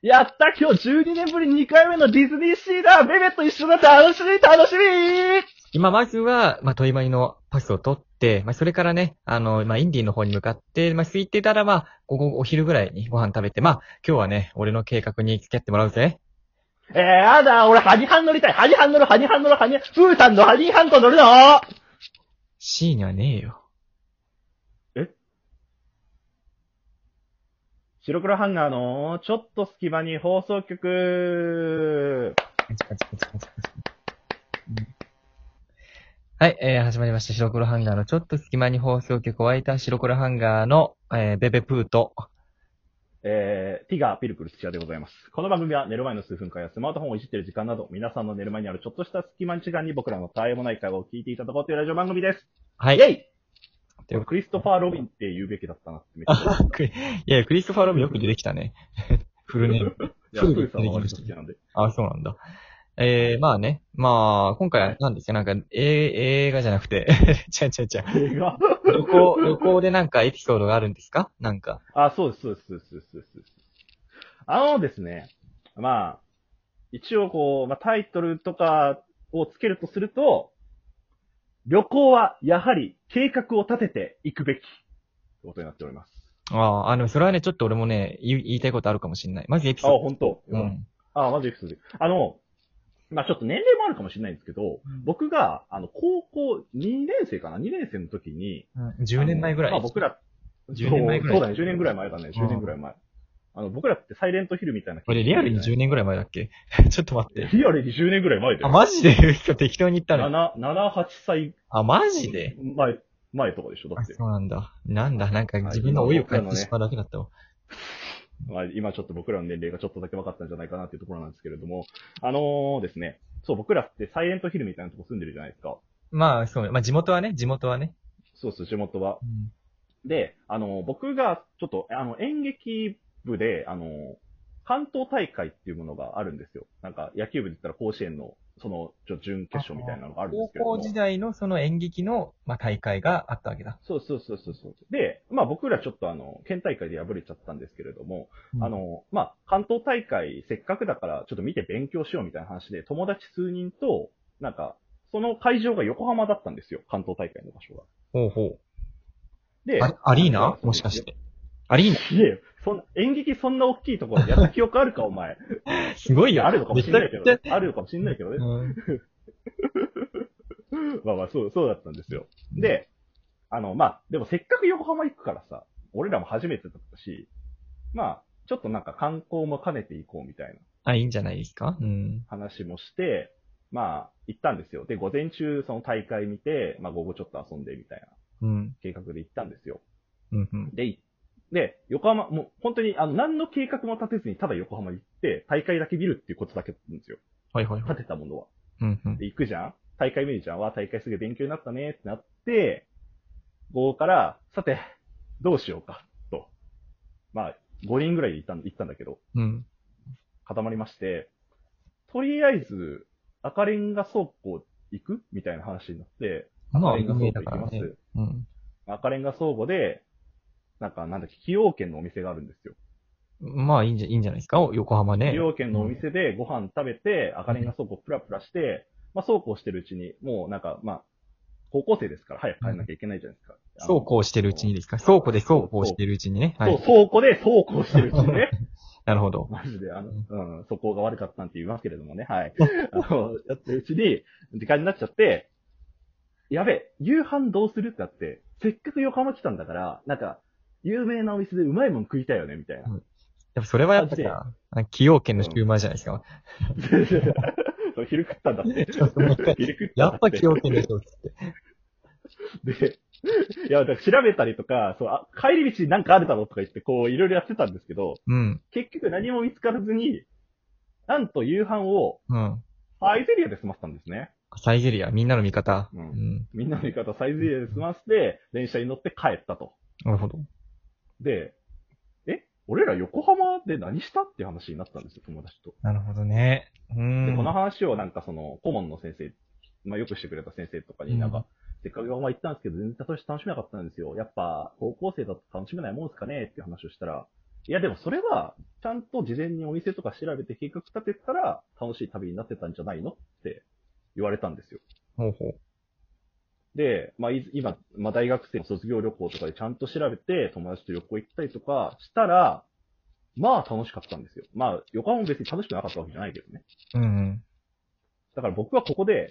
やった今日12年ぶり2回目のディズニーシーだベベと一緒だ楽しみ楽しみ今、まずは、まあ、問いまりのパスを取って、まあ、それからね、あの、まあ、インディーの方に向かって、まあ、空いてたら、まあ、午後、お昼ぐらいにご飯食べて、まあ、今日はね、俺の計画に付き合ってもらうぜ。えー、やだ俺ハニハン乗りたいハニハン乗るハニハン乗るハニハン、プーさんのハニハンと乗るの C にはねえよ。白黒ハンガーのちょっと隙間に放送局はい、えー、始まりました。白黒ハンガーのちょっと隙間に放送局、お相手は白黒ハンガーの、えー、ベベプーと、えー、ティガー、ピルクル、土屋でございます。この番組は寝る前の数分間やスマートフォンをいじってる時間など、皆さんの寝る前にあるちょっとした隙間時間に僕らのたわいもない会話を聞いていただこうというラジオ番組です。はイェい。イというクリストファー・ロビンって言うべきだったなってめっちゃ思った。クリいや、クリストファー・ロビンよく出てきたね。 フルネーム。いや、プーさんは割と好きなんで。あ、そうなんだ。えー、まあね。まあ、今回、なんですよ。なんか、えー映画じゃなくて、 ちゃうちゃうちゃう。映画 旅行、旅行でなんかエピソードがあるんですかなんか。あ、そうです、そうです、そうですそうです、そうです。あのですね、まあ、一応こう、まあ、タイトルとかをつけるとすると、旅行はやはり計画を立てていくべき、ということになっております。ああ、あの、それはね、ちょっと俺もね、言い言いたいことあるかもしれない。まずエピあ、ソード。本当。うん。あ、マジエピソード。あの、まあ、ちょっと年齢もあるかもしれないんですけど、ん僕が、あの、高校2年生かな ?2 年生の時に、うん10年前ぐらい。まあ僕ら、 10年前ぐらいそうそうだね、10年ぐらい前だね、10年ぐらい前。あの、僕らってサイレントヒルみたいな。これリアルに10年ぐらい前だっけ ちょっと待って。リアルに10年ぐらい前だあ、よ。マジで 適当に言ったの。 7、7、8歳あ、マジで前、前とかでしょだあ、って。そうなんだ。なんだ、なんか自分の老いを感じてしまうだけだったわ。まあ、今ちょっと僕らの年齢がちょっとだけ分かったんじゃないかなっていうところなんですけれども、あのーですね、そう、僕らってサイレントヒルみたいなとこ住んでるじゃないですか。まあ、そう。まあ、地元はね、地元はね。そうそう、地元は。うんで、あの、僕がちょっと、あの、演劇部で、あの、関東大会っていうものがあるんですよ。なんか、野球部で言ったら甲子園の、その、ちょ準決勝みたいなのがあるんで高すけれども。校時代のその演劇の、まあ、大会があったわけだ。そうそうそうそうそう。で、まあ僕らちょっとあの、県大会で敗れちゃったんですけれども、うんあの、まあ関東大会せっかくだからちょっと見て勉強しようみたいな話で、友達数人と、なんか、その会場が横浜だったんですよ、関東大会の場所が。ほうほでう。あ、アリーナもしかし。て。アリーナいやいやそんな、演劇そんな大きいところでや った記憶あるか、お前。すごいいよ。や、あるのかもしれないけど、絶ね、あるのかもしれないけどね対。うんまあまあ、そう、そうだったんですよ。で、あの、まあ、でもせっかく横浜行くからさ、俺らも初めてだったし、まあ、ちょっとなんか観光も兼ねていこうみたいなあ、いいんじゃないですかうん。話もして、まあ、行ったんですよ。で、午前中その大会見て、まあ午後ちょっと遊んでみたいなうん。計画で行ったんですよ。うん。うん。で、いで、横浜、もう本当にあの、何の計画も立てずにただ横浜行って、大会だけ見るっていうことだけなんですよ。はいはいはい。立てたものは。うん。うんで、行くじゃん大会見るじゃんわ、大会すげえ勉強になったねってなって、午後から、さて、どうしようか、と。まあ、5人ぐらいで行ったん行ったんだけど、うん。固まりまして、とりあえず、赤レンガ倉庫行くみたいな話になって、赤まあ、レンガ運倉命庫だ行かきらます。ね。うん。赤レンガ倉庫で、なんか、なんだっけ、崎陽軒のお店があるんですよ。まあ、いいんじゃ、いいんじゃないですかお横浜ね崎。陽軒のお店でご飯食べて、赤レンガ倉庫プラプラして、まあ、そうこうしてるうちに、もうなんか、まあ、高校生ですから早く帰んなきゃいけないじゃないですか。そうこうしてるうちにですか倉庫でそうこうしてるうちにね。あはのいそう、。倉庫でそうこうしてるうちにね。 なるほど。マジで、あの、ううん、そこが悪かったなんて言いますけれどもね、 はい。あの、やってるうちに、時間になっちゃって、やべ、夕飯どうするってなって、せっかく横浜来たんだから、なんか、有名なお店でうまいもん食いたいよね、みたいな。 でもそれはやっぱさ、崎陽軒のシューマイじゃないですか。そう昼食ったんだって。 昼ちょっともう一回食ったやんだっぱ崎陽軒でしょ、つって。で、いや、だから調べたりとか、そう、あ、帰り道なんかあるだろうとか言って、こう、いろいろやってたんですけど、うん。結局何も見つからずに、なんと夕飯を、うん。サイゼリアで済ませたんですね。サイゼリア、みんなの味方。ううんん。みんなの言い方、サイゼリアで済ませて、電車に乗って帰ったと。なるほど。で、え俺ら横浜で何したっていう話になったんですよ、友達と。なるほどね。うで、ん。この話をなんかその、顧問の先生、まあよくしてくれた先生とかになんか、うんせっかく横浜行ったんですけど、全然楽し楽しめなかったんですよ。やっぱ、高校生だと楽しめないもんですかねっていう話をしたら、いやでもそれは、ちゃんと事前にお店とか調べて計画立てたら、楽しい旅になってたんじゃないのって言われたんですよ。ほうほう。で、まあ、いず今、まあ、大学生の卒業旅行とかでちゃんと調べて、友達と旅行行ったりとかしたら、まあ楽しかったんですよ。まあ、旅館も別に楽しくなかったわけじゃないけどね。うんうん。だから僕はここで、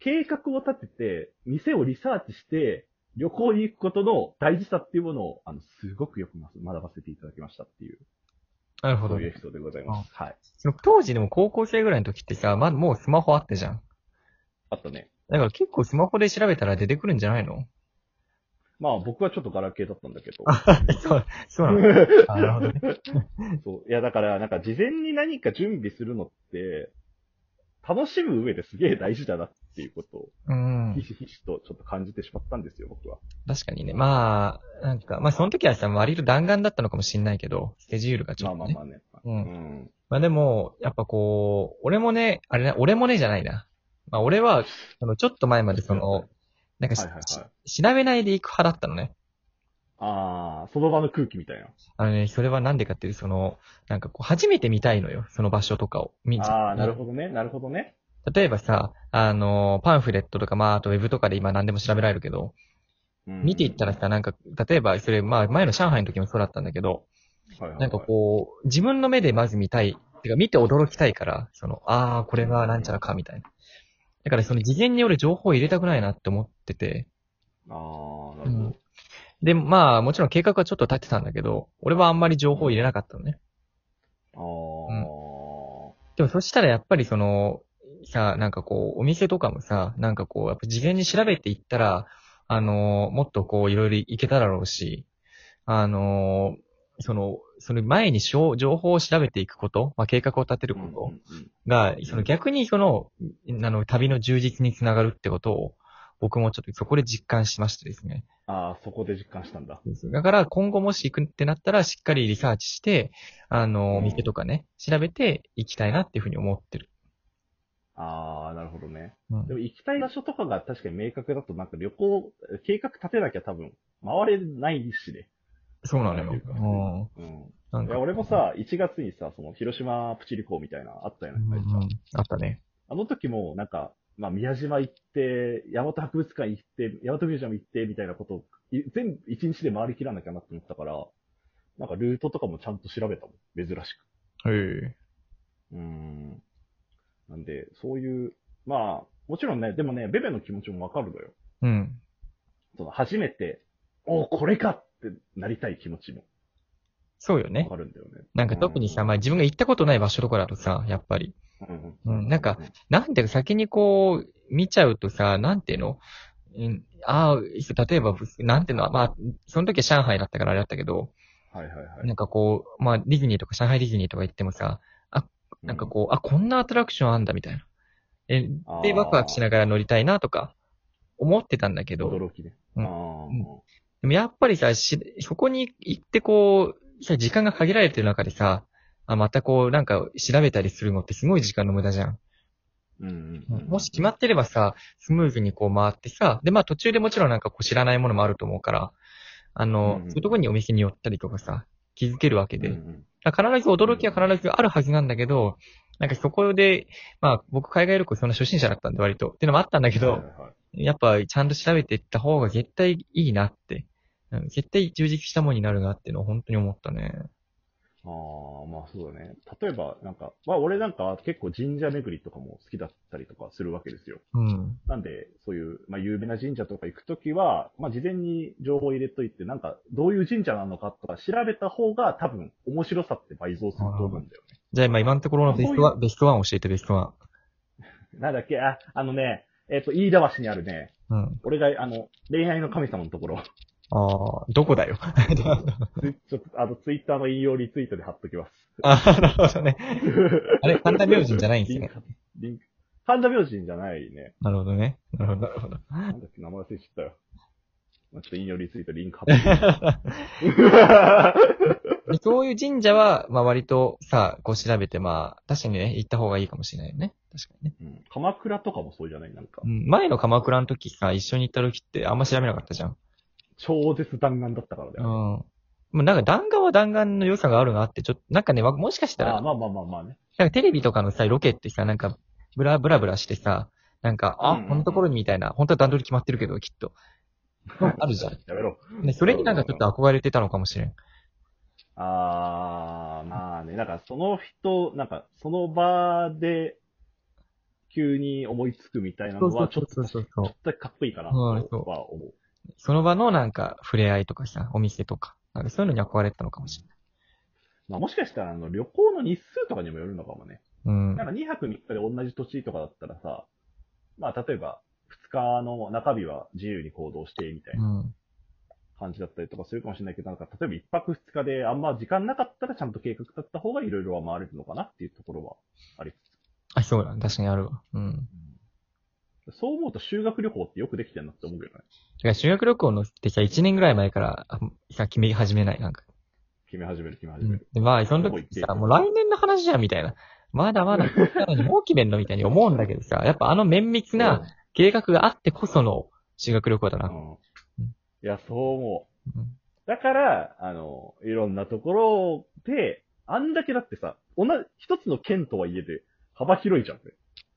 計画を立てて、店をリサーチして、旅行に行くことの大事さっていうものを、あの、すごくよく学ばせていただきましたっていう、なるほそどうい。うエピソードでございます。はい。その当時でも高校生ぐらいの時ってさ、まだもうスマホあったじゃん。あったね。だから結構スマホで調べたら出てくるんじゃないのまあ僕はちょっとガラケーだったんだけど。そう、そうなの。 あなるほどね。そう。いやだから、なんか事前に何か準備するのって、楽しむ上ですげえ大事だなっていうことを、うん。ひしひしとちょっと感じてしまったんですよ、僕は。確かにね。まあ、なんか、まあその時はさ、割と弾丸だったのかもしれないけど、スケジュールがちょまっあと、ね。まあまあね。う。うんん。まあでも、やっぱこう、俺もね、あれな、俺もねじゃないな。まあ俺は、そのちょっと前までそはい、のなんかし、はいはいはいし調べないで行く派だったのね。ああ、その場の空気みたいな。あのね、それはなんでかっていう、その、なんかこう、初めて見たいのよ、その場所とかを。見ああ、なるほどね、なるほどね。例えばさ、あの、パンフレットとか、まあ、あとウェブとかで今何でも調べられるけど、うん見ていったら、さ、なんか、例えば、それ、まあ、前の上海の時もそうだったんだけど、はいはいはいなんかこう、自分の目でまず見たい、てか見て驚きたいから、その、ああ、これがなんちゃらか、みたいな。だからその事前に俺情報を入れたくないなって思ってて、ああ、なうるほん。で、まあ、もちろん計画はちょっと立てたんだけど、俺はあんまり情報を入れなかったのね。ど。でもそしたらやっぱりその、さ、なんかこう、お店とかもさ、なんかこう、やっぱ事前に調べていったら、あのーもっとこう、いろいろいけただろうし、あのーその、その前にしょう情報を調べていくこと、まあ、計画を立てるああ。こうんと、うんうんが、その逆にその、あの、旅の充実につながるってことを、僕もちょっとそこで実感しましてですね。ああ、そこで実感したんだ。だから今後もし行くってなったら、しっかりリサーチして、あの、うんお店とかね、調べて行きたいなっていうふうに思ってる。ああ、なるほどね。うんでも行きたい場所とかが確かに明確だと、なんか旅行、計画立てなきゃ多分、回れないしね。そうななのんていうかよ。うん。うん。なんいかや、、俺もさ、1月にさ、その、広島プチ旅行みたいな、あったやうんん、う会社んあったね。あの時も、なんか、まあ、宮島行って、大和博物館行って、大和ミュージアム行って、みたいなことを、い全部一日で回りきらなきゃなって思ったから、なんかルートとかもちゃんと調べたもん、珍しく。へえ。うーん。なんで、そういう、まあ、もちろんね、でもね、ベベの気持ちもわかるのよ。うん。その、初めて、おーこれかってなりたい気持ちもそうよわねか。るんだよね。なんか特にさ、うまあ自分が行ったことない場所とかだとさ、やっぱり、ん、うんなんか、なんていうか先にこう、見ちゃうとさ、なんていうのうん、ああ、例えば、なんていうのまあ、その時は上海だったからあれだったけど、はいはいはい。なんかこう、まあ、ディズニーとか上海ディズニーとか行ってもさ、なんかこう、あ、こんなアトラクションあんだみたいな。え、あで、ーワクワクしながら乗りたいなとか、思ってたんだけど、驚きね。うんあーうんでもやっぱりさ、し、そこに行ってこう、さ、時間が限られてる中でさ、あ、またこう、なんか調べたりするのってすごい時間の無駄じゃん。うんうんうんもし決まってればさ、スムーズにこう回ってさ、で、まあ途中でもちろんなんかこう知らないものもあると思うから、あのう、んうんそういうとこにお店に寄ったりとかさ、気づけるわけで、うんうんだから必ず驚きは必ずあるはずなんだけど、なんかそこで、まあ僕海外旅行そんな初心者だったんで割と、っていうのもあったんだけはいどは、いはいやっぱちゃんと調べていった方が絶対いいなって、うん絶対充実したものになるなっていうのを本当に思ったね。ああ、まあそうだね。例えば、なんか、まあ俺なんか結構神社巡りとかも好きだったりとかするわけですよ。うん。なんで、そういう、まあ有名な神社とか行くときは、まあ事前に情報入れといて、なんかどういう神社なのかとか調べた方が多分面白さって倍増すると思うんだよね。じゃあまあ今のところのベストワン、ベストワン教えてベストワなんだっけ、あ、あのね、えっ、と、飯田橋にあるね、ン。うん。俺が、あの、恋愛の神様のと ころ、ああ、どこだよ。ツイちょっと、あの、ツイッターの引用リツイートで貼っときます。ああ、なるほどね。あれ、神田明神じゃないんですリンねク。リンク神田明神じゃないね。なるほどね。なるほど、なるほど。なんだっけ、名前忘れちゃったよ。まあ、ちょっと引用リツイートリンク貼って。でそういう神社は、まあ割とさ、こう調べて、まあ、確かにね、行った方がいいかもしれないよね。確かにね。うん鎌倉とかもそうじゃないなんかう、ん、前の鎌倉の時さ、一緒に行った時ってあんま調べなかったじゃん。超絶弾丸だったからだうよ。ん。もうなんか弾丸は弾丸の良さがあるなって、ちょっと、なんかね、わもしかしたらあ、まあまあまあまあね。なんかテレビとかのさ、ロケってさ、なんか、ブラブラブラしてさ、なんか、あ、うんうんうんこのところにみたいな、本当は段取り決まってるけど、きっ と。あるじゃん。やめろ。ね、それになんかちょっと憧れてたのかもしれん。あー、まあね、なんかその人、なんかその場で、急に思いつくみたいなのは、ちょっそうそうそう。とかっこいいかな、とうんそうは思う。その場のなんか、触れ合いとかさ、お店とか、なんかそういうのに憧れてたのかもしれない。まあもしかしたら、あの、旅行の日数とかにもよるのかもね。うん。なんか2泊3日で同じ土地とかだったらさ、まあ例えば、2日の中日は自由に行動して、みたいなうん。感じだったりとかするかもしれないけど、なんか例えば1泊2日であんま時間なかったらちゃんと計画立った方がいろいろは回れるのかなっていうところはありつつあ、そうだ。確かにあるわ。うん。そう思うと修学旅行ってよくできてるなって思うけどね。だから修学旅行のってさ、1年ぐらい前から、あさ、決め始めない、なんか。決め始める、決めう始めんる。。で、まあ、その時ってさ、もう来年の話じゃん、みたいな。まだまだ、なのにもう決めんのみたいに思うんだけどさ、やっぱあの綿密な、計画があってこその修学旅行だうな。ん。いうんや、そう思うんう。だから、あの、いろんなところで、あんだけだってさ、同じ、一つの県とはいえで、幅広いじゃんね。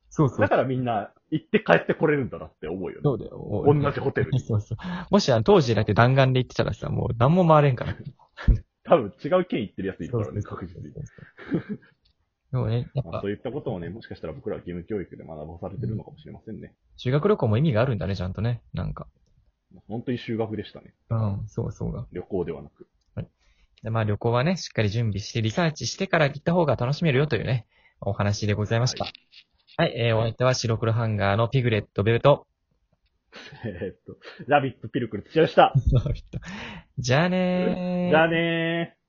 そうそうだ。からみんな、行って帰ってこれるんだなって思うよね。そうだよ。お同じホテルに。そうそう。もしあの当時だって弾丸で行ってたらさ、もう何も回れんから。多分違う県行ってるやついるかそうらそうね、そう確実に。でもね、やっまあ、ぱそういったこともね、もしかしたら僕らは義務教育で学ばされてるのかもしれませんね。修学旅行も意味があるんだね、ちゃんとね。なんか。本当に修学でしたね。うん、そうそうが。旅行ではなく。 でまあ旅行はね、しっかり準備してリサーチしてから行った方が楽しめるよというね、お話でございました。ははい、えー、お相手は白黒ハンガーのピグレットベルト。えーっと、ラビットピルクル土屋でした。じゃあねー。じゃあねー。